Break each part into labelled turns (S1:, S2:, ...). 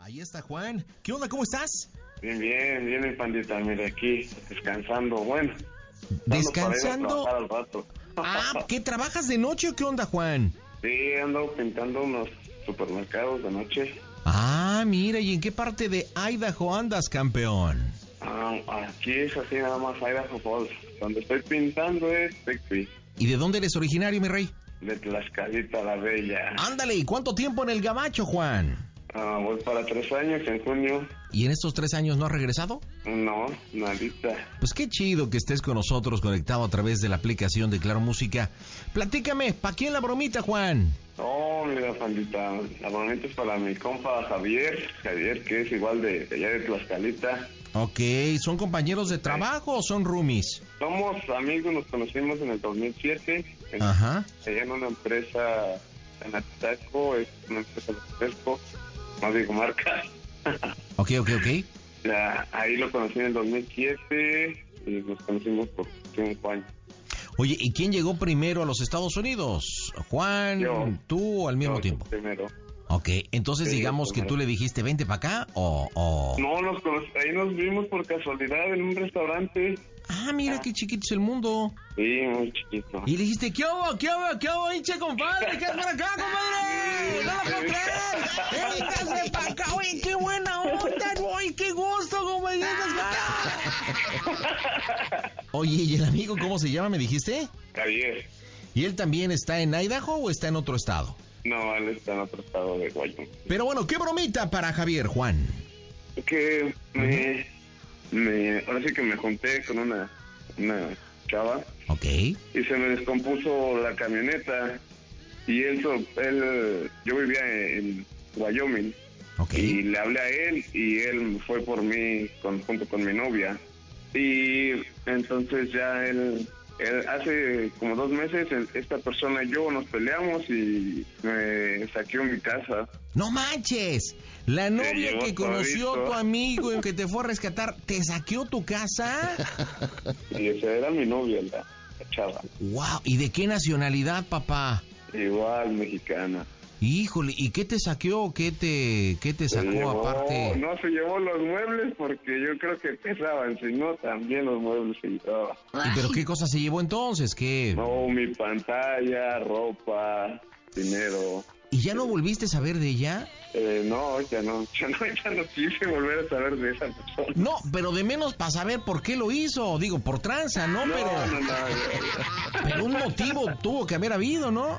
S1: Ahí está Juan. ¿Qué onda? ¿Cómo estás?
S2: Bien, bien, bien, mi pandita. Mira, aquí, descansando. Bueno. dando para ir a
S1: Descansando.
S2: trabajar al rato.
S1: Ah, ¿qué trabajas de noche o qué onda, Juan?
S2: Sí, ando pintando unos supermercados de noche.
S1: Ah, mira, ¿y en qué parte de Idaho andas, campeón?
S2: Ah, aquí es así nada más Idaho Falls. Donde estoy pintando es Bigby,
S1: ¿Y de dónde eres originario, mi rey?
S2: de Tlaxcalita la Bella.
S1: Ándale, ¿y cuánto tiempo en el gabacho, Juan?
S2: Ah, voy para tres años en junio.
S1: ¿Y en estos tres años no has regresado?
S2: No, nadita.
S1: Pues qué chido que estés con nosotros conectado a través de la aplicación de Claro Música. Platícame, ¿pa' quién la bromita, Juan?
S2: Oh, mira, pandita. La bonita es para mi compa Javier. Javier, que es igual de, de allá de Tlaxcalita.
S1: Ok, ¿son compañeros de trabajo o son roomies?
S2: Somos amigos, nos conocimos en el 2007. En
S1: Ajá.
S2: Allá en una empresa en Atasco, es una empresa de Atasco, no digo marca.
S1: Ok, ok, ok.
S2: Ya, ahí lo conocí en el 2007 y nos conocimos por cinco años.
S1: Oye, ¿y quién llegó primero a los Estados Unidos? ¿Juan,
S2: Yo.
S1: tú o al mismo
S2: No,
S1: tiempo?
S2: Primero.
S1: Ok, entonces
S2: Sí,
S1: digamos que
S2: primero.
S1: tú le dijiste, vente para acá o... o-
S2: No, nos conoc- ahí nos vimos por casualidad en un restaurante.
S1: Ah, mira qué chiquito es el mundo.
S2: Sí, muy chiquito.
S1: Y le dijiste, ¿qué hubo, qué hubo, qué hubo, hinche, compadre? ¿Qué por acá, compadre? ¡No lo puedo creer! ¡Échate para acá, güey! ¡Qué buena onda, güey! ¡Qué gusto, compadre! ¡Estás pa' acá! Oye, ¿y el amigo cómo se llama, me dijiste?
S2: Javier.
S1: ¿Y él también está en Idaho o está en otro estado?
S2: No, él está en otro estado de Guaymas.
S1: Pero bueno, qué bromita para Javier, Juan.
S2: que me, me ahora sí que me junté con una, una chava
S1: Ok.
S2: y se me descompuso la camioneta y él, so- él yo vivía en Wyoming
S1: Ok.
S2: y le hablé a él y él fue por mí con, junto con mi novia y entonces ya él, él hace como dos meses el- esta persona y yo nos peleamos y me saqueó mi casa
S1: No manches. La novia
S2: llegó
S1: que conoció
S2: todito.
S1: tu amigo y que te fue a rescatar, ¿te saqueó tu casa?
S2: y esa era mi novia la- la chava
S1: Wow, ¿y de qué nacionalidad, papá?
S2: Igual mexicana.
S1: Híjole, ¿y qué te saqueó? ¿Qué te, qué te
S2: Se
S1: sacó
S2: llevó-
S1: aparte?
S2: No se llevó los muebles porque yo creo que pesaban, si no también los muebles se llevaba.
S1: ¿Y pero qué cosa se llevó entonces? ¿Qué?
S2: No, mi pantalla, ropa, dinero.
S1: ¿Y ya no volviste a saber de ella?
S2: Eh, no, ya no, ya no, ya no quise volver a saber de esa persona.
S1: No, pero de menos para saber por qué lo hizo. Digo, por tranza, ¿no?
S2: No,
S1: pero,
S2: no, no, ya-
S1: pero un motivo tuvo que haber habido, ¿no?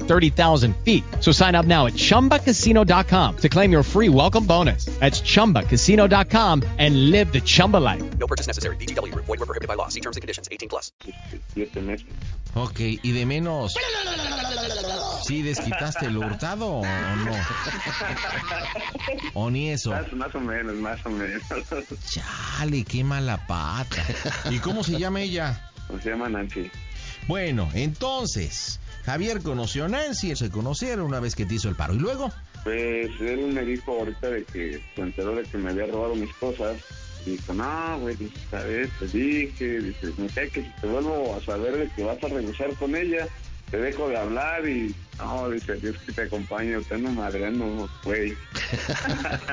S3: 30,000 feet. So sign up now at ChumbaCasino.com to claim your free welcome bonus. That's ChumbaCasino.com and live the Chumba life.
S2: este, siete meses.
S1: Ok, y de menos. ¿Sí desquitaste el hurtado o o no? O ni eso.
S2: Más, más o menos, más o menos.
S1: Chale, qué mala pata. ¿Y cómo se llama ella?
S2: Se llama Nancy.
S1: Bueno, entonces, Javier conoció a Nancy, se conocieron una vez que te hizo el paro. ¿Y luego?
S2: Pues él me dijo ahorita de que se enteró de que me había robado mis cosas. Dijo, no, güey, dice, esta vez te dije, dice, me cae que si te vuelvo a saber de que vas a regresar con ella, te dejo de hablar y, no, dice, Dios que te acompaño, te ando madreando, güey.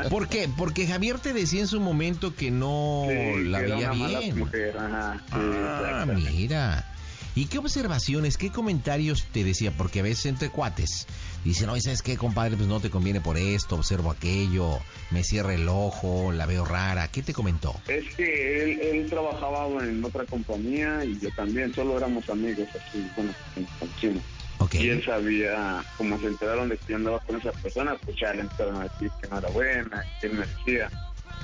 S1: ¿Por qué? Porque Javier te decía en su momento que no
S2: Sí,
S1: Oh, la
S2: que era
S1: veía
S2: una mala
S1: bien.
S2: mujer, ajá, sí,
S1: Ah,
S2: exacto.
S1: mira. ¿Y qué observaciones, qué comentarios te decía? Porque a veces entre cuates dicen, oye, ¿sabes qué, compadre? Pues no te conviene por esto, observo aquello, me cierra el ojo, la veo rara. ¿Qué te comentó?
S2: Es que él, él trabajaba en otra compañía y yo también, solo éramos amigos así, bueno, en en chino.
S1: Ok.
S2: Y él sabía, como se enteraron de que yo andaba con esa persona, pues ya le empezaron a decir que no era buena, que él me decía.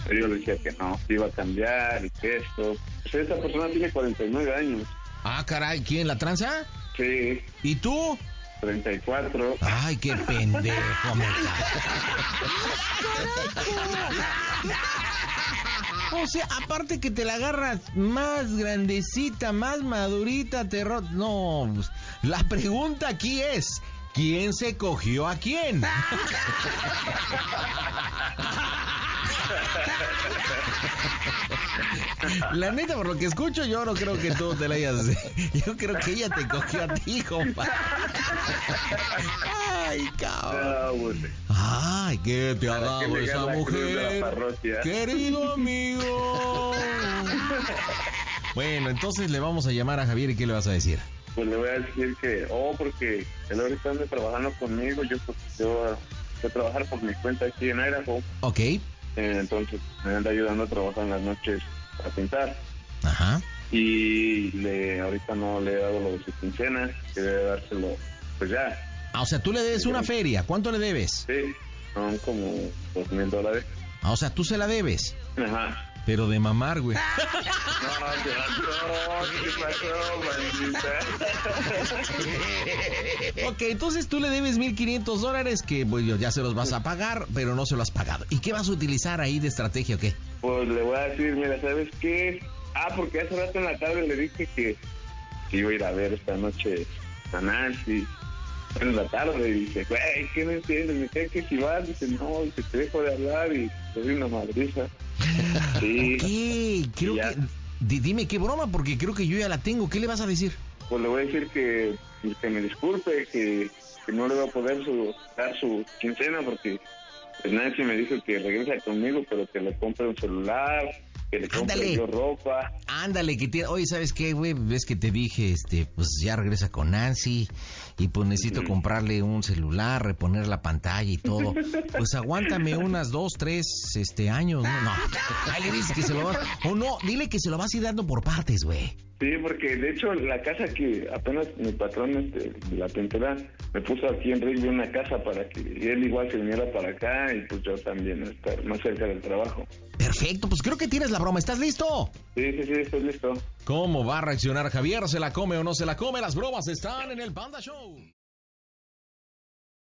S2: Pero yo le decía que no, que iba a cambiar y que esto. Pues esa persona tiene 49 años,
S1: Ah, caray, ¿quién la tranza?
S2: sí,
S1: ¿Y tú?
S2: 34.
S1: Ay, qué pendejo, me cago. O sea, aparte que te la agarras más grandecita, más madurita, te ro- No, pues, la pregunta aquí es, ¿quién se cogió a quién? La neta, por lo que escucho, yo no creo que tú te la hayas... Yo creo que ella te cogió a ti, compa. Ay, cabrón.
S2: Ah, bueno.
S1: Ay, que te
S2: Para que
S1: hagamos
S2: me
S1: esa
S2: gane la cruz de la
S1: mujer,
S2: parroquia.
S1: querido amigo. Bueno, entonces le vamos a llamar a Javier y ¿qué le vas a decir?
S2: Pues le voy a decir que, oh, porque él ahorita anda trabajando conmigo, yo pues yo voy a trabajar por mi cuenta aquí en Idaho.
S1: Ok,
S2: Eh, entonces me anda ayudando a trabajar en las noches a pintar
S1: ajá,
S2: y le ahorita no le he dado lo de su quincena que debe dárselo pues ya
S1: Ah, o sea, tú le debes una feria, ¿cuánto le debes?
S2: sí son como dos mil dólares
S1: Ah, o sea, tú se la debes,
S2: ajá
S1: pero de mamar, güey.
S2: no, ¿qué pasó? ¿Qué pasó, maldita?
S1: Ok, entonces tú le debes 1.500 dólares que pues, ya se los vas a pagar, pero no se lo has pagado. ¿Y qué vas a utilizar ahí de estrategia o qué?
S2: Pues le voy a decir, mira, ¿sabes qué? Ah, porque hace rato en la tarde le dije que que iba a ir a ver esta noche a Nancy. En la tarde y dice, güey, ¿qué no entiendes? Me cae que si vas, dice, no, dice, te dejo de hablar y te doy una madriza. Sí,
S1: ¿Qué? Creo
S2: Ya.
S1: que... di- dime qué broma, porque creo que yo ya la tengo. ¿Qué le vas a decir?
S2: pues le voy a decir que, que me disculpe, que, que no le va a poder su- dar su quincena porque pues, Nancy me dijo que regresa conmigo, pero que le compre un celular, que le
S1: Ándale.
S2: compre yo ropa.
S1: Ándale, que te... Oye, ¿sabes qué, güey? Ves que te dije, este, pues ya regresa con Nancy y pues necesito comprarle un celular, reponer la pantalla y todo. Pues aguántame unas dos, tres, este, años, ¿no? No. Ahí le dices que se lo va... O no, dile que se lo vas a ir dando por partes, güey.
S2: Sí, porque de hecho la casa que apenas mi patrón este, de la pintura me puso aquí en Rigby una casa para que él igual se viniera para acá y pues yo también estar más cerca del trabajo.
S1: Perfecto, pues creo que tienes la broma. ¿Estás listo?
S2: Sí, sí, sí, estoy listo.
S1: ¿Cómo va a reaccionar Javier? ¿Se la come o no se la come? Las bromas están en el Panda Show.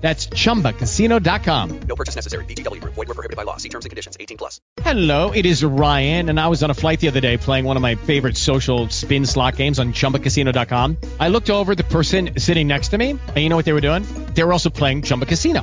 S3: That's chumbacasino.com. Hello, it is Ryan, and I was on a flight the other day playing one of my favorite social spin slot games on ChumbaCasino.com. I looked over at the person sitting next to me, and you know what they were doing? They were also playing Chumba Casino.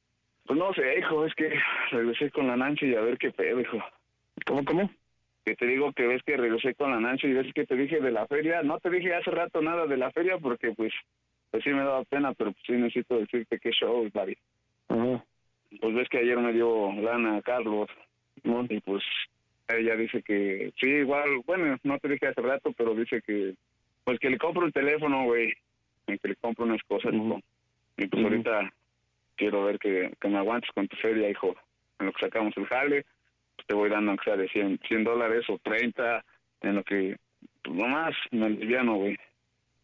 S2: Pues no sé, hijo, es que regresé con la Nancy y a ver qué pedo, hijo. ¿Cómo, cómo? Que te digo que ves que regresé con la Nancy y ves que te dije de la feria. No te dije hace rato nada de la feria porque, pues, pues sí me daba pena, pero pues, sí necesito decirte qué show, Bari. Pues ves que ayer me dio lana a Carlos. Y pues ella dice que sí, igual, bueno, no te dije hace rato, pero dice que pues que le compro el teléfono, güey, y que le compro unas cosas, hijo. Y pues ahorita quiero ver que, que me aguantes con tu feria, hijo. En lo que sacamos el jale, pues te voy dando, aunque sea de 100, 100 dólares o 30, en lo que, pues nomás, me aliviano, güey.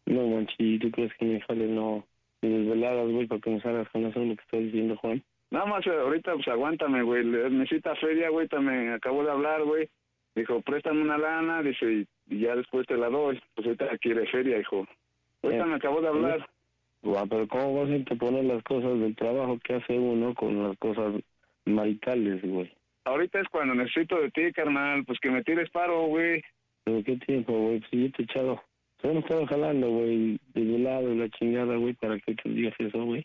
S4: No, Monchi, ¿tú crees que mi jale no... Ni desveladas, güey, para que nos hagas con eso lo que estás diciendo, Juan.
S2: Nada más eh, ahorita, pues aguántame, güey. Le- Necesita feria, güey. También acabo de hablar, güey. Dijo, préstame una lana. Dice, y- y ya después te la doy. Pues ahorita quiere feria, hijo. Ahorita me acabo de hablar.
S4: Guau, pero ¿cómo vas a interponer las cosas del trabajo que hace uno con las cosas maritales, güey?
S2: Ahorita es cuando necesito de ti, carnal. Pues que me tires paro, güey.
S4: ¿Pero qué tiempo, güey? Si yo te he echado... Yo no estaba jalando, güey, desvelado, la chingada, güey, para que te digas eso, güey.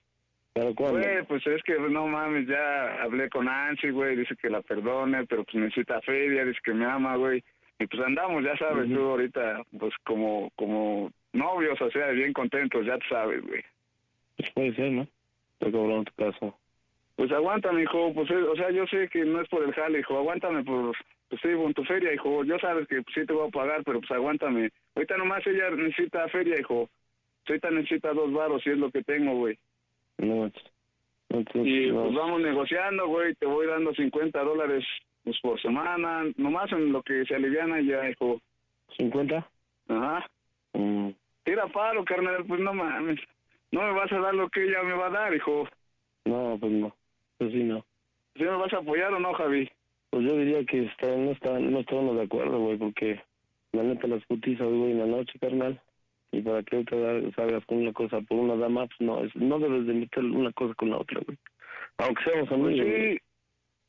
S4: ¿Pero cuándo?
S2: Güey, pues es que no mames, ya hablé con Nancy, güey, dice que la perdone, pero pues necesita feria, dice que me ama, güey. Y pues andamos, ya sabes, tú ahorita, pues como, como novios, o sea, bien contentos, ya tú sabes, güey.
S4: Pues puede ser, ¿no? Te cobraron tu caso.
S2: Pues aguántame, hijo, pues eh, o sea, yo sé que no es por el jale, hijo, aguántame por, pues sí, por tu feria, hijo. Yo sabes que pues, sí te voy a pagar, pero pues aguántame. Ahorita nomás ella necesita feria, hijo. Ahorita necesita dos varos, si es lo que tengo, güey.
S4: No, Monchi. No te-
S2: Y
S4: no.
S2: pues vamos negociando, güey. Te voy dando 50 dólares pues, por semana, nomás en lo que se aliviana y ya, hijo.
S4: ¿50?
S2: Ajá.
S4: Mm.
S2: Tira paro, carnal, pues no mames. No me vas a dar lo que ella me va a dar, hijo.
S4: No, pues no. Pues sí, no.
S2: ¿Sí me vas a apoyar o no, Javi?
S4: Pues yo diría que está, no, está, no estamos de acuerdo, güey, porque la neta las putizas, güey, en la noche, carnal. Y para que te da- salgas con una cosa por una dama, pues no, es- no debes de meter una cosa con la otra, güey. Aunque seamos
S2: Pues
S4: amigos. güey.
S2: sí.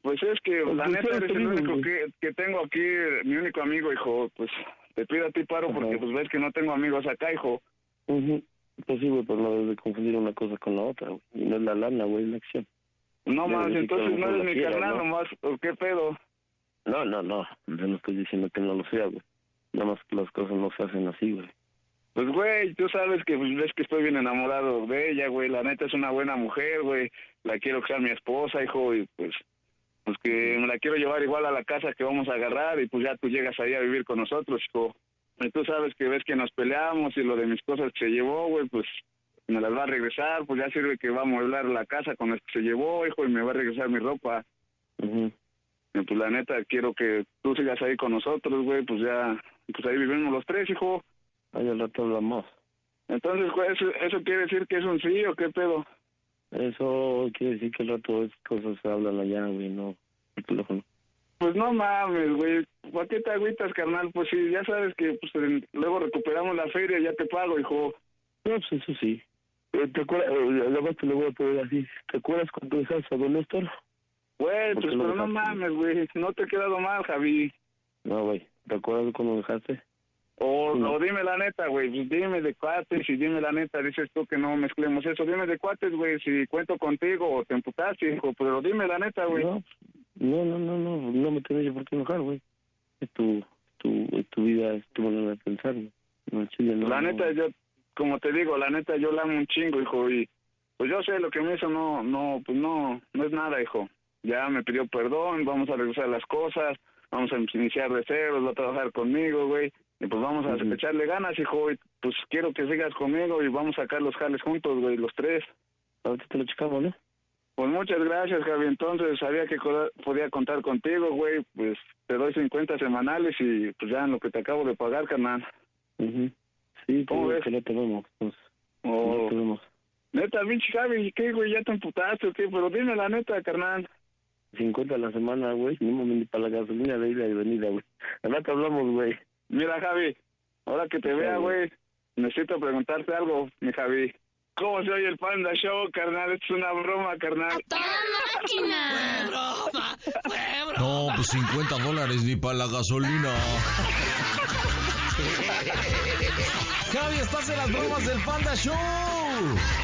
S2: Pues es que la
S4: Pues,
S2: neta
S4: sí,
S2: eres
S4: te
S2: el
S4: digo,
S2: único
S4: güey.
S2: que, que tengo aquí, mi único amigo, hijo. Pues te pido a ti paro porque pues ves que no tengo amigos acá, hijo.
S4: Ujú. Pues sí, güey, pero no debes de confundir una cosa con la otra, güey. Y no es la lana, güey, es la acción.
S2: No
S4: Debes
S2: mames,
S4: de que
S2: entonces no
S4: cada uno
S2: eres
S4: la
S2: mi
S4: quiera,
S2: carnal
S4: ¿no?
S2: nomás. ¿o ¿Qué pedo?
S4: No, no, no. Yo no estoy diciendo que no lo sea, güey. Nada más que las cosas no se hacen así, güey.
S2: Pues, güey, tú sabes que pues, ves que estoy bien enamorado de ella, güey. La neta es una buena mujer, güey. La quiero que sea mi esposa, hijo, y pues, pues que me la quiero llevar igual a la casa que vamos a agarrar y pues ya tú llegas ahí a vivir con nosotros, hijo. Y tú sabes que ves que nos peleamos y lo de mis cosas que se llevó, güey, pues me las va a regresar, pues ya sirve que va a mueblar la casa con las que se llevó, hijo, y me va a regresar mi ropa.
S4: Ujú.
S2: Y, pues la neta quiero que tú sigas ahí con nosotros, güey, pues ya, pues ahí vivimos los tres, hijo.
S4: Ahí al rato hablamos.
S2: Entonces, güey, ¿eso, ¿eso quiere decir que es un sí o qué pedo?
S4: Eso quiere decir que al rato esas cosas se hablan allá, güey, no por teléfono.
S2: Pues no mames, güey. ¿Para qué te agüitas, carnal? Pues sí, ya sabes que pues, en- luego recuperamos la feria y ya te pago, hijo.
S4: No, pues eso sí. Eh, ¿Te acuerdas? eh, Además te lo voy a poner así. ¿Te acuerdas cuando dejaste a Don Néstor?
S2: Güey,
S4: ¿Por
S2: pues
S4: qué lo
S2: pero no
S4: dejaste?
S2: mames, güey. No te he quedado mal, Javi.
S4: No, güey. ¿Te acuerdas cuando dejaste?
S2: O,
S4: Sí.
S2: o dime la neta, güey. Pues, dime de cuates y dime la neta. Dices tú que no mezclemos eso. Dime de cuates, güey, si cuento contigo o te emputaste, hijo. Pero dime la neta, güey.
S4: No, no, no, no, no, no me tenés por qué enojar, güey. Es tu, tu, es tu vida, es tu manera de pensar, güey. No, chile, no.
S2: la
S4: no.
S2: neta, yo, como te digo, la neta, yo la amo un chingo, hijo, y pues yo sé lo que me hizo, no, no, pues no, no es nada, hijo. Ya me pidió perdón, vamos a regresar las cosas, vamos a iniciar de ceros, va a trabajar conmigo, güey, y pues vamos a
S4: Ujú.
S2: echarle ganas, hijo, y pues quiero que sigas conmigo y vamos a sacar los jales juntos, güey, los tres.
S4: Ahorita te lo checamos, ¿no?
S2: Pues muchas gracias, Javi. Entonces sabía que co- podía contar contigo, güey. Pues te doy 50 semanales y pues ya en lo que te acabo de pagar, carnal.
S4: Ujú. Sí,
S2: ¿Cómo
S4: te,
S2: ves? Oh,
S4: que ya te vemos. Pues,
S2: O-
S4: ya te vemos.
S2: Neta, pinche Javi, ¿qué, güey? ¿Ya te emputaste o qué? Pero dime la neta, carnal.
S4: 50 a la semana, güey. No me ni para la gasolina de ida y venida, güey. Al rato hablamos, güey.
S2: Mira, Javi, ahora que te
S4: Sí,
S2: vea,
S4: güey.
S2: güey, Necesito preguntarte algo, mi Javi. ¿Cómo se oye el Panda Show, carnal? Es una broma, carnal.
S5: máquina!
S1: No, pues 50 dólares ni para la gasolina. Javi, estás en las bromas del Panda Show.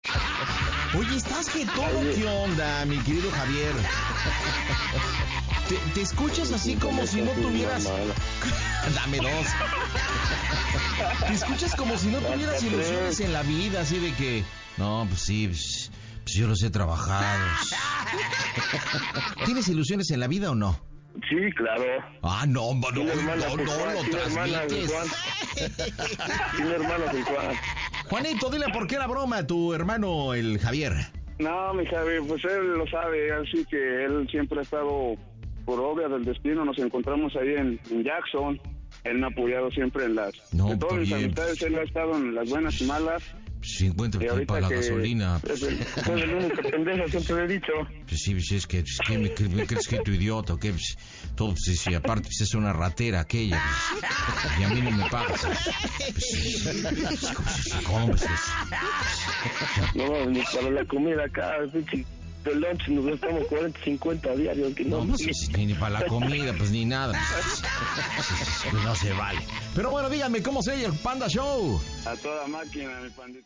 S1: Oye, estás que todo, ¿qué onda, mi querido Javier? Te, te escuchas así como si no tuvieras. Dame dos. Te escuchas como si no tuvieras ilusiones en la vida, así de que. No, pues sí, pues, pues yo los he trabajado. ¿Tienes ilusiones en la vida o no?
S2: Sí, claro.
S1: Ah, no, no, no, no, lo
S2: Tiene hermanas el
S1: transmites.
S2: Juan. Tiene hermanas el Juan.
S1: Juanito, dile por qué la broma a tu hermano, el Javier.
S2: No, mi Javi, pues él lo sabe, así que él siempre ha estado por obra del destino. Nos encontramos ahí en, en Jackson. Él me ha apoyado siempre en las. de todas mis
S1: bien.
S2: amistades, él ha estado en las buenas y malas.
S1: 50
S2: Y
S1: pesos
S2: ahorita
S1: para la
S2: que
S1: gasolina.
S2: Es el, es el único pendejo, siempre le he dicho.
S1: Pues sí, pues es que, es que me, cre- me crees que tu idiota, que pues, todo, pues, sí, aparte pues, es una ratera aquella, pues, y a mí no me pagas. Pues, pues, pues, ¿cómo, pues,
S4: No, ni para la comida acá, pinche, de lunch nos gastamos 40, 50 diarios. Que no,
S1: No, pues, pues, ni, ni para la comida, pues ni nada. pues, pues, pues, no se vale. Pero bueno, díganme, ¿cómo se oye el Panda Show?
S2: A toda máquina, mi pandita.